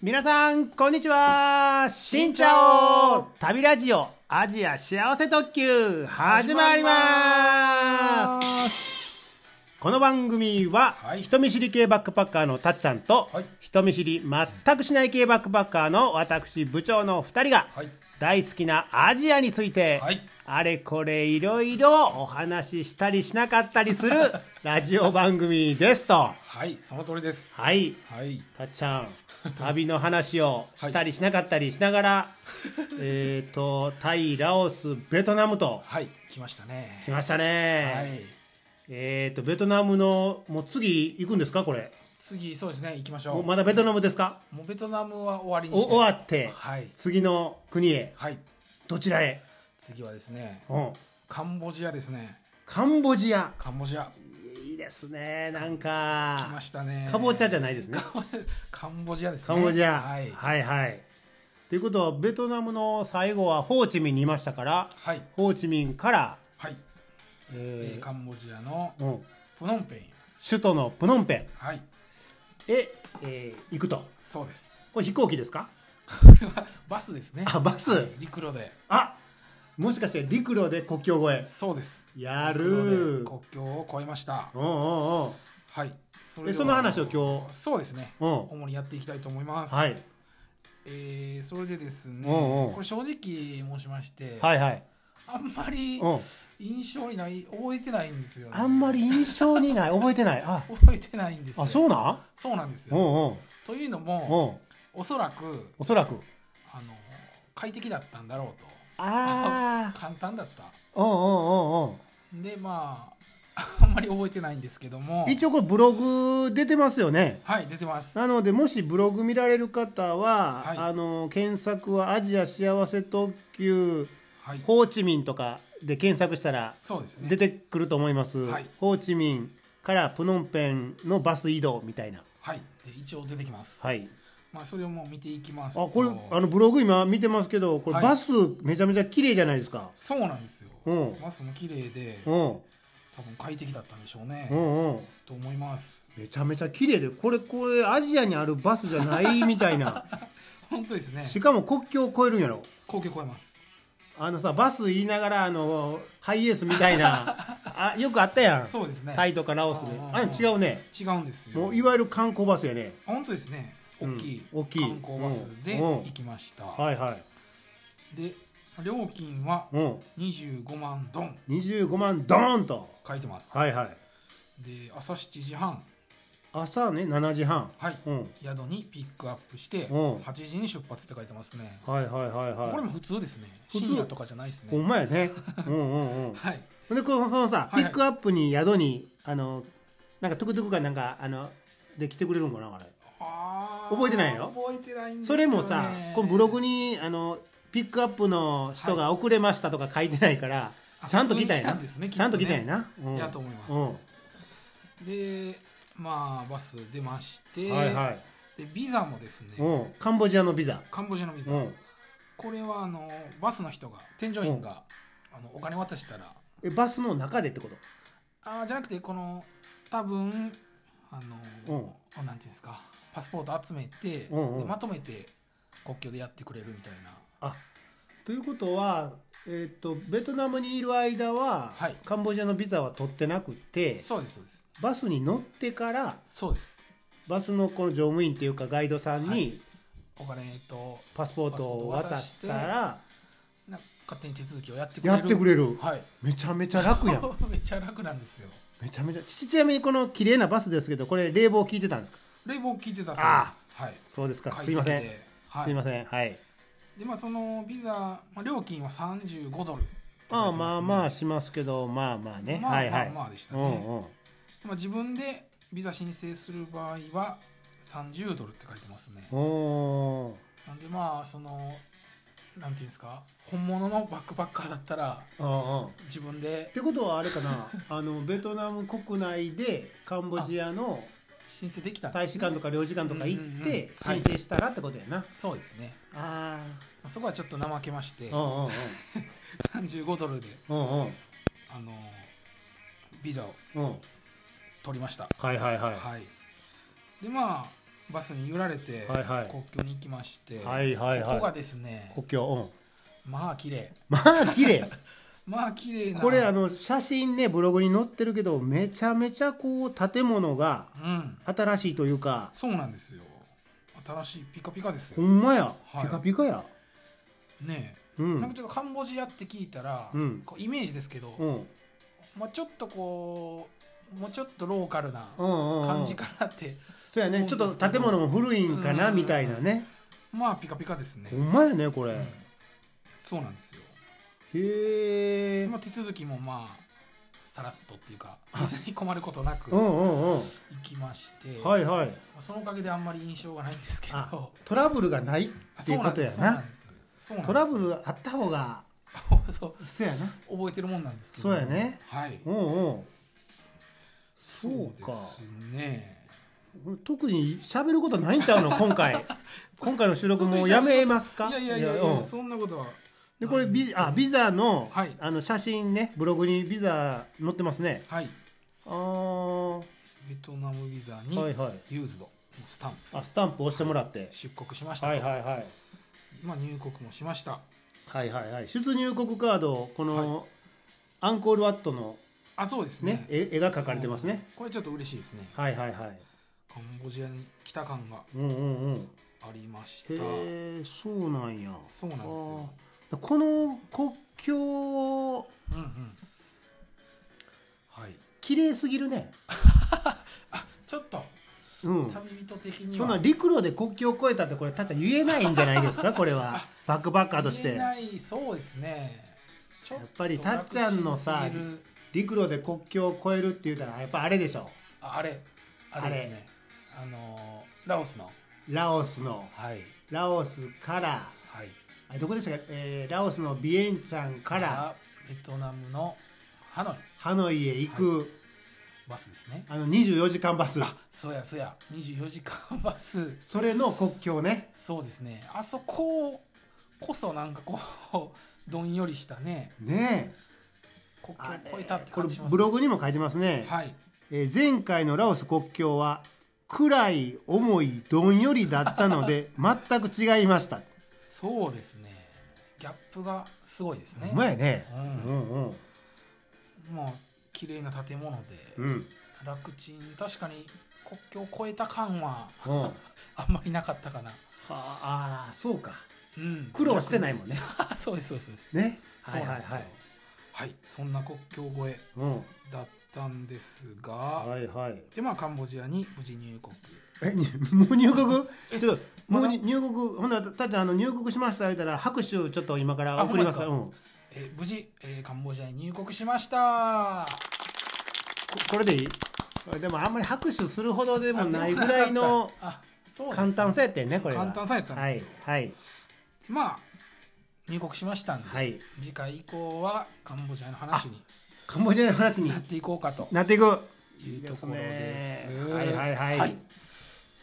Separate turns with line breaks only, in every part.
皆さんこんにちはしんちゃお旅ラジオアジア幸せ特急始まりますこの番組は、
はい
人見知り系バックパッカーのたっちゃんと、
はい
人見知り全くしない系バックパッカーの私部長の2人が、
はい
大好きなアジアについて、
はい
あれこれいろいろお話ししたりしなかったりするラジオ番組ですと
はい、その通りです。
はい
はい。
たっちゃん旅の話をしたりしなかったりしながら、えっとタイラオスベトナムと
はい、来ましたね。
来ましたね、
はい。
えっとベトナムのもう次行くんですかこれ
次、そうですね、行きましょ
も
う。
うまだベトナムですか
もうベトナムは終わりに
お
して。
終わって、
はい。
次の国へ
はい。
どちらへ、
次はですね、
うん、
カンボジアですね。
カンボジア
カンボジア。
いいですねなん
来ま
か
したね。
かぼちゃじゃないですね
カンボジアですね。
カンボジア、
はい。
はいはいということはベトナムの最後はホーチミンにいましたから
はい。
ホーチミンから、
はい。え
え
ーカンボジアの
ーうん、
プノンペイン。
首都のプノンペン
はい。
へ、えー行くと
そうです。
これ飛行機ですか
これはバスですね。
あバス
はい陸路で。
あもしかして陸路で国境越
そうです。
えや
陸路
る
で国境を越えました。
うんうんうん
はい。そ
えその話を今日
そうですね。
うん
主にやっていきたいと思います。
はい
えーそれでですね、
うんうん
これ正直申しまして、
はいはい、
あんまり
うん、
印象にない、覚えてないんですよ、ね。
あんまり印象にない覚えてないあ
覚えてないんですよ。
あそうなん
そうなんです
う
よ。
んうん
というの
う
も、
ん
おそらく
おそらく
あの快適だったんだろうと。
ああ
簡単だった。
うんうんうんうん
で、まあ、あ んまり覚えてないんですけども、
一応これブログ出てますよね
はい、出てます。
なのでもしブログ見られる方は、
はい
あの検索は「アジア幸せ特急
はい、
ホーチミン」とかで検索したら
そうですね。
出てくると思います、
はい
ホーチミンからプノンペンのバス移動みたいな
はい、で一応出てきます。
はい
まあ、それをもう見ていきますと。
あこれあのブログ今見てますけどこれ
はい
バスめちゃめちゃ綺麗じゃないですか、
そうなんですよ。
うん
バスも綺麗で、
うん
多分快適だったんでしょうね。
うんうん
と思います。
めちゃめちゃ綺麗でこれこれアジアにあるバスじゃないみたい な
本当ですね。
しかも国境を越えるんやろ
高級超えます。
あのさバス言いながらあのハイエースみたいなあよくあったやん
そうですね。
タイとかラオスで
うんうんうん
あ違うね
違うんですよ。
もういわゆる観光バスやね
本当ですね。大きい,、
うん大きい
観光バスで
うんうん
行きました。
はいはい
で、料金は
うん
25万ドン
25万ドーンと
書いてます。
はいはい
で、朝7時半、
朝ね7時半
はい、
うん
宿にピックアップして、
うん
8時に出発って書いてますね。
はいはいはい
これ
はい
も普通ですね。
普通
深夜とかじゃないです
ほ
ね。
んまやねうんうんうん
はい。
ほんでこのそのさ
は
ピ
いはい
ックアップに宿にあのなんかトゥクトゥクかなんかあので来てくれるんかなあれ覚
覚
えてないの
覚えてないんです
そ
よ、ね、
れもさこのブログにあのピックアップの人が遅れましたとか書いてないから
あ
ちゃんと来たんや
普通に来たん
な
ですねきっとね
ちゃんと来たんやなうん
だと思います、
う
でまあバス出まして、
んはいはい
でビザもですね、
うんカンボジアのビザ
カンボジアのビザ、
うん
これはあのバスの人が添乗員が、あのお金渡したら
えバスの中でってこと
あーじゃなくてこの多分あの、なんていうんですかパスポート集めて、
うんうん
でまとめて国境でやってくれるみたいな
あということはえっとベトナムにいる間は、
はい
カンボジアのビザは取ってなくて
そうですそうです
バスに乗ってから
そうです
バスのこの乗務員っていうかガイドさん
は
に
お金と
パスポートを渡したら
な勝手に手続きをやってくれ
や
る
ってくれる
はい
めちゃめちゃ楽やん
めっちゃ楽なんですよ
めちゃめちゃちなみにこの綺麗なバスですけどこれ冷房効いてたんですか
冷房聞いてたと思いますはい
そうですか
快
すいま
適
せ
で
ん、
はい、
すいませんはい
でまあそのビザ、まあ、料金は35ドル
まあまあまあ
ね
しますけどまあまあね、
まあ
はいはい、
まあまあでした
う
ね
んうん
まあ、自分でビザ申請する場合は30ドルって書いてますね
おー
なんでまあそのなんていうんですか本物のバックパッカーだったら
ああ
自分で
ってことはあれか なあのベトナム国内でカンボジアの
申請できたんで
大
す
使
ね
館とか領事館とか行っ
うんうんうん
て
は
申
い
請したらってことやな、
そうですね
あ
まあそこはちょっと怠けまして
あうんうん
35ドルで
うんうん
あのビザを
うんうん
取りました
はいはいはい
はい、でまあバスに揺られて
はいはい
国境に行きまして、
はいはい
ここが
はい
ですね
国境うん
まあ綺麗
まあ綺麗
まあ綺麗な
これあの写真ねブログに載ってるけどめちゃめちゃこう建物が
うん
新しいというか
そうなんですよ新しいピカピカです
ほ
よ
んまや、
はい
ピカピカや
ねえ
うん
なんかちょっとカンボジアって聞いたら、
うん
こうイメージですけど、
うん
まあ、ちょっとこうもうちょっとローカルな
うんうん
感じかなって、
そうやねちょっと建物も古いんかな
うん
みたいなね
まあピカピカですね、
ほんまやねこれ
うんそうなんですよ
へえ
まあ手続きもまあさらっとっていうか別に困ることなく
う
行
んうんうん
きまして、
はいはい
まあそのおかげであんまり印象がないんですけ ど
あトラブルがない
あ
っていうことや
そうな
なん
ですそうなんです
トラブルがあった方が
そう
そうやな
覚えてるもんなんですけど
そうやね
はい
うんうんそうか
ですね
特に喋ることないんちゃ うの今回今回の収録もうやめますか
いやいやいやいや、
うん
そんなことは
でこれビザあビザの,、
はい
あの写真ねブログにビザ載ってますね
はい
あーは
ベトナムビザ
い
に
はい
ユーズドのスタンプ
あスタンプ押してもらって
出国しましたと、
はいはいはい
まあ、入国もしました
はいはいはい出入国カードこの、アンコールワットの
あそうですね
ね絵絵が描かれてますね
これちょっと嬉しいですね
はいはいはい
カンボジアに来た感が
うんうんうん
ありました
へえそうなんや
そうなんですよ
あーこの国境
うんうんはい
綺麗すぎるね
ちょっと
うん
旅人的に
そんな
は
陸路で国境を越えたってこれたっちゃん言えないんじゃないです かこれはバックパッカーとし
言え
て
ないそうですねちょと
やっぱりたっちゃんのさ
楽ちんすぎる
陸路で国境を越えるって言うたらやっぱあれでしょ
ああれあれですねあのーラオスの
ラオスの
はい
ラオスから
はい
あどこでしたか、えーラオスのビエンチャンから
ベトナムのハノイ
ハノイへ行く、
バスですね
あの24時間バス
あそうやそうや24時間バス
それの国境ね
そうですねあそここそなんかこうどんよりしたね
ね
国境
え
を越えたって
これ
感じします
ブログにも書いてますね、
はい
えー前回のラオス国境は暗い重いどんよりだったの で全く違いました
そうですねギャップがすごいですね
うまいね、
う
うんうん
まあ綺麗な建物で
うんうん
楽ちん確かに国境を越えた感は
あ
あんまりなかったかな
あーそうか
うん
苦労してないいもんね
そうですそうですそうです
ね
そうなんですよはいそんな国境越え
うん
だったんですが、
はいはい
でまあカンボジアに無事入国
えにもう入国
え
ちょっと
ま
もう
だ
に入国ほんならたっちゃんあの入国しました言うたら拍手ちょっと今から
あ
送りますから
ほ
うんこ
えー無事、えーカンボジアに入国しました
これでいいこれでもあんまり拍手するほどでもないぐらいの
あそうですね
簡単さやってんねこれは
簡単さやったんですよ
はい
まあ入国しましたんで、
はい、はい、
次回以降はカンボジアの話に
カンボジアの話に
なっていこうかと
なっていく
いうところです
いいねはいはいはい、
い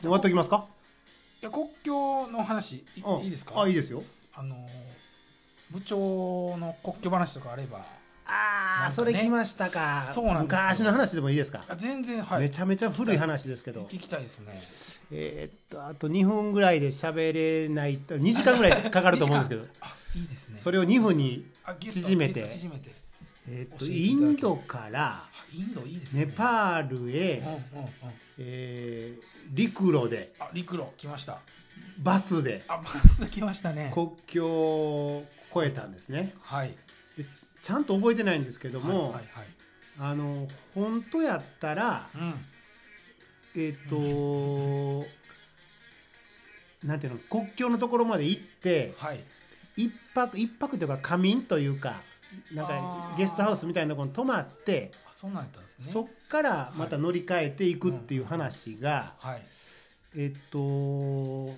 終わっときますか
や国境の話い
うん
いいですか
あいいですよ
あのー部長の国境話とかあれば
ああ、
なんかね
それ来ましたか
そうなんですよ
昔の話でもいいですか、
あ全然はい
めちゃめちゃ古い話ですけど
聞きたいですね
えーっとあと2分ぐらいで喋れないと2時間ぐらいかかると思うんですけど
あ いいですね
それを2分に、
あギュッと
縮めて
ギュッと縮めて
えーっと
教えて
イ
いただけ
ンドから
あインドいいですね
ネパールへ、
うんうんうん
えー陸路で
あ陸路来ました
バスで
あバス来ましたね
国境を越えたんですね
はい
でちゃんと覚えてないんですけども、
はいはい
あの本当やったら
はい、うん
えーっと、なんていうの国境のところまで行って
はい
一泊一泊というか仮眠というかなんか
あー
ゲストハウスみたいなところに泊まって
あそうなんやったんですね
そっからまた乗り換えていくっていう話が、
はい
えっと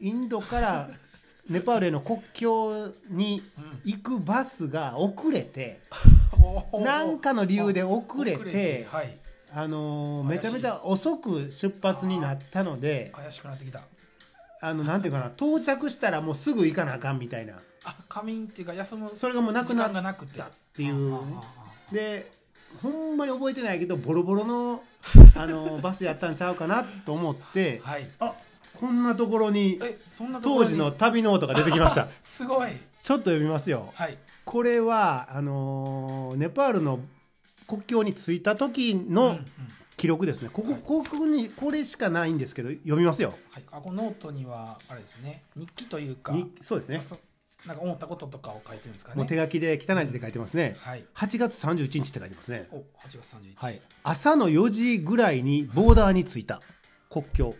インドからネパールへの国境に
うん
行くバスが遅れて
おー
なんかの理由で遅れて
はい
あのー
怪
め
し
ち
い
ゃめちゃ遅く出発になったので
怪しくなってきた
あのなんていうかな到着したらもうすぐ行かなあかんみたいなっ
あ仮眠っていうか休む
それがもうなくなっ
時間がなくて
ていう
あああああ
でほんまに覚えてないけどボロボロのあの バスやったんちゃうかなと思って、
はい
あこんなところに
えそんなところ
当
に
時の旅ノートが出てきました
すごい
ちょっと読みますよ
はい
これはあのーネパールの国境に着いた時
うん
の
うん
記録ですね、こ
はい
こここにこれしかないんですけど読みますよ
はい、あこのノートにはあれですね日記というか
にそうですね
あそなんか思ったこととかを書いてるんですかね
もう手書きで汚い字で書いてますね
はい
8月31日って書いてますね
お8月31日、
はい、朝の4時ぐらいにボーダーに着いた国境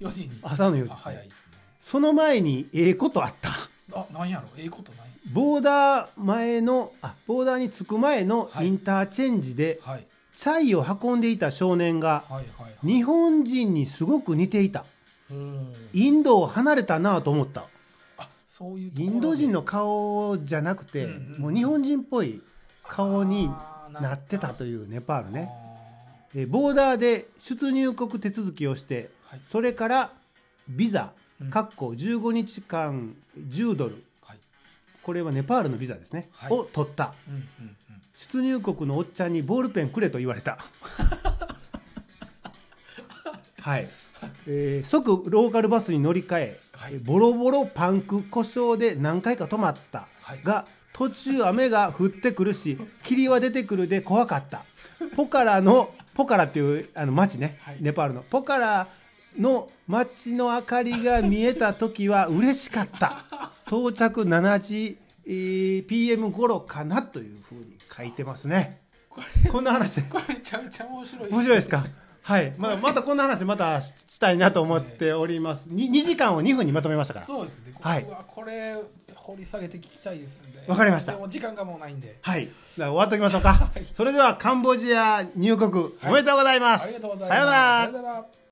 4時に
朝の4時
あ早いですね
その前にええことあった
あなんやろええことない
ボーダー前のあボーダーに着く前の
はい
インターチェンジで、
はい
チャイを運んでいた少年が
はいはいはい
日本人にすごく似ていた
うん
インドを離れたなぁと思った
あそういうとこ
イ
ろ
ンド人
の
の顔じゃなくて、
うんうんうん
もう日本人っぽい顔になってた
ね
というネパールねえボーダーで出入国手続きをして
はい
それからビザ
うん、
かっこ15日間10ドル、
はい
これはネパールのビザですね、
はい
を取った。
うんうんうん
出入国のおっちゃんにボールペンくれと言われた。はい、えー即ローカルバスに乗り換え、
はい
ボロボロパンク故障で何回か止まった、
はい
が途中雨が降ってくるし 霧は出てくるで怖かったポカラのポカラっていうあの町ね、
はい
ネパールのポカラの町の明かりが見えた時は嬉しか った到着7時、えー PM 頃かなというふうに書いてますね
こ
こんな話で
れこれめちゃめちゃ面白いっ
面白いですかはい、まあ、またこんな話またししたいなと思っておりますに 2, 時間を2分にまとめましたから
そうですね
はいう
わこれ掘り下げて聞きたいですね
わかりました
でも時間がもうないんで
はいじゃあ終わっておきましょうか、それではカンボジア入国おめでとうございます、
ありがとうございま
さ
す
ようなら
さようなら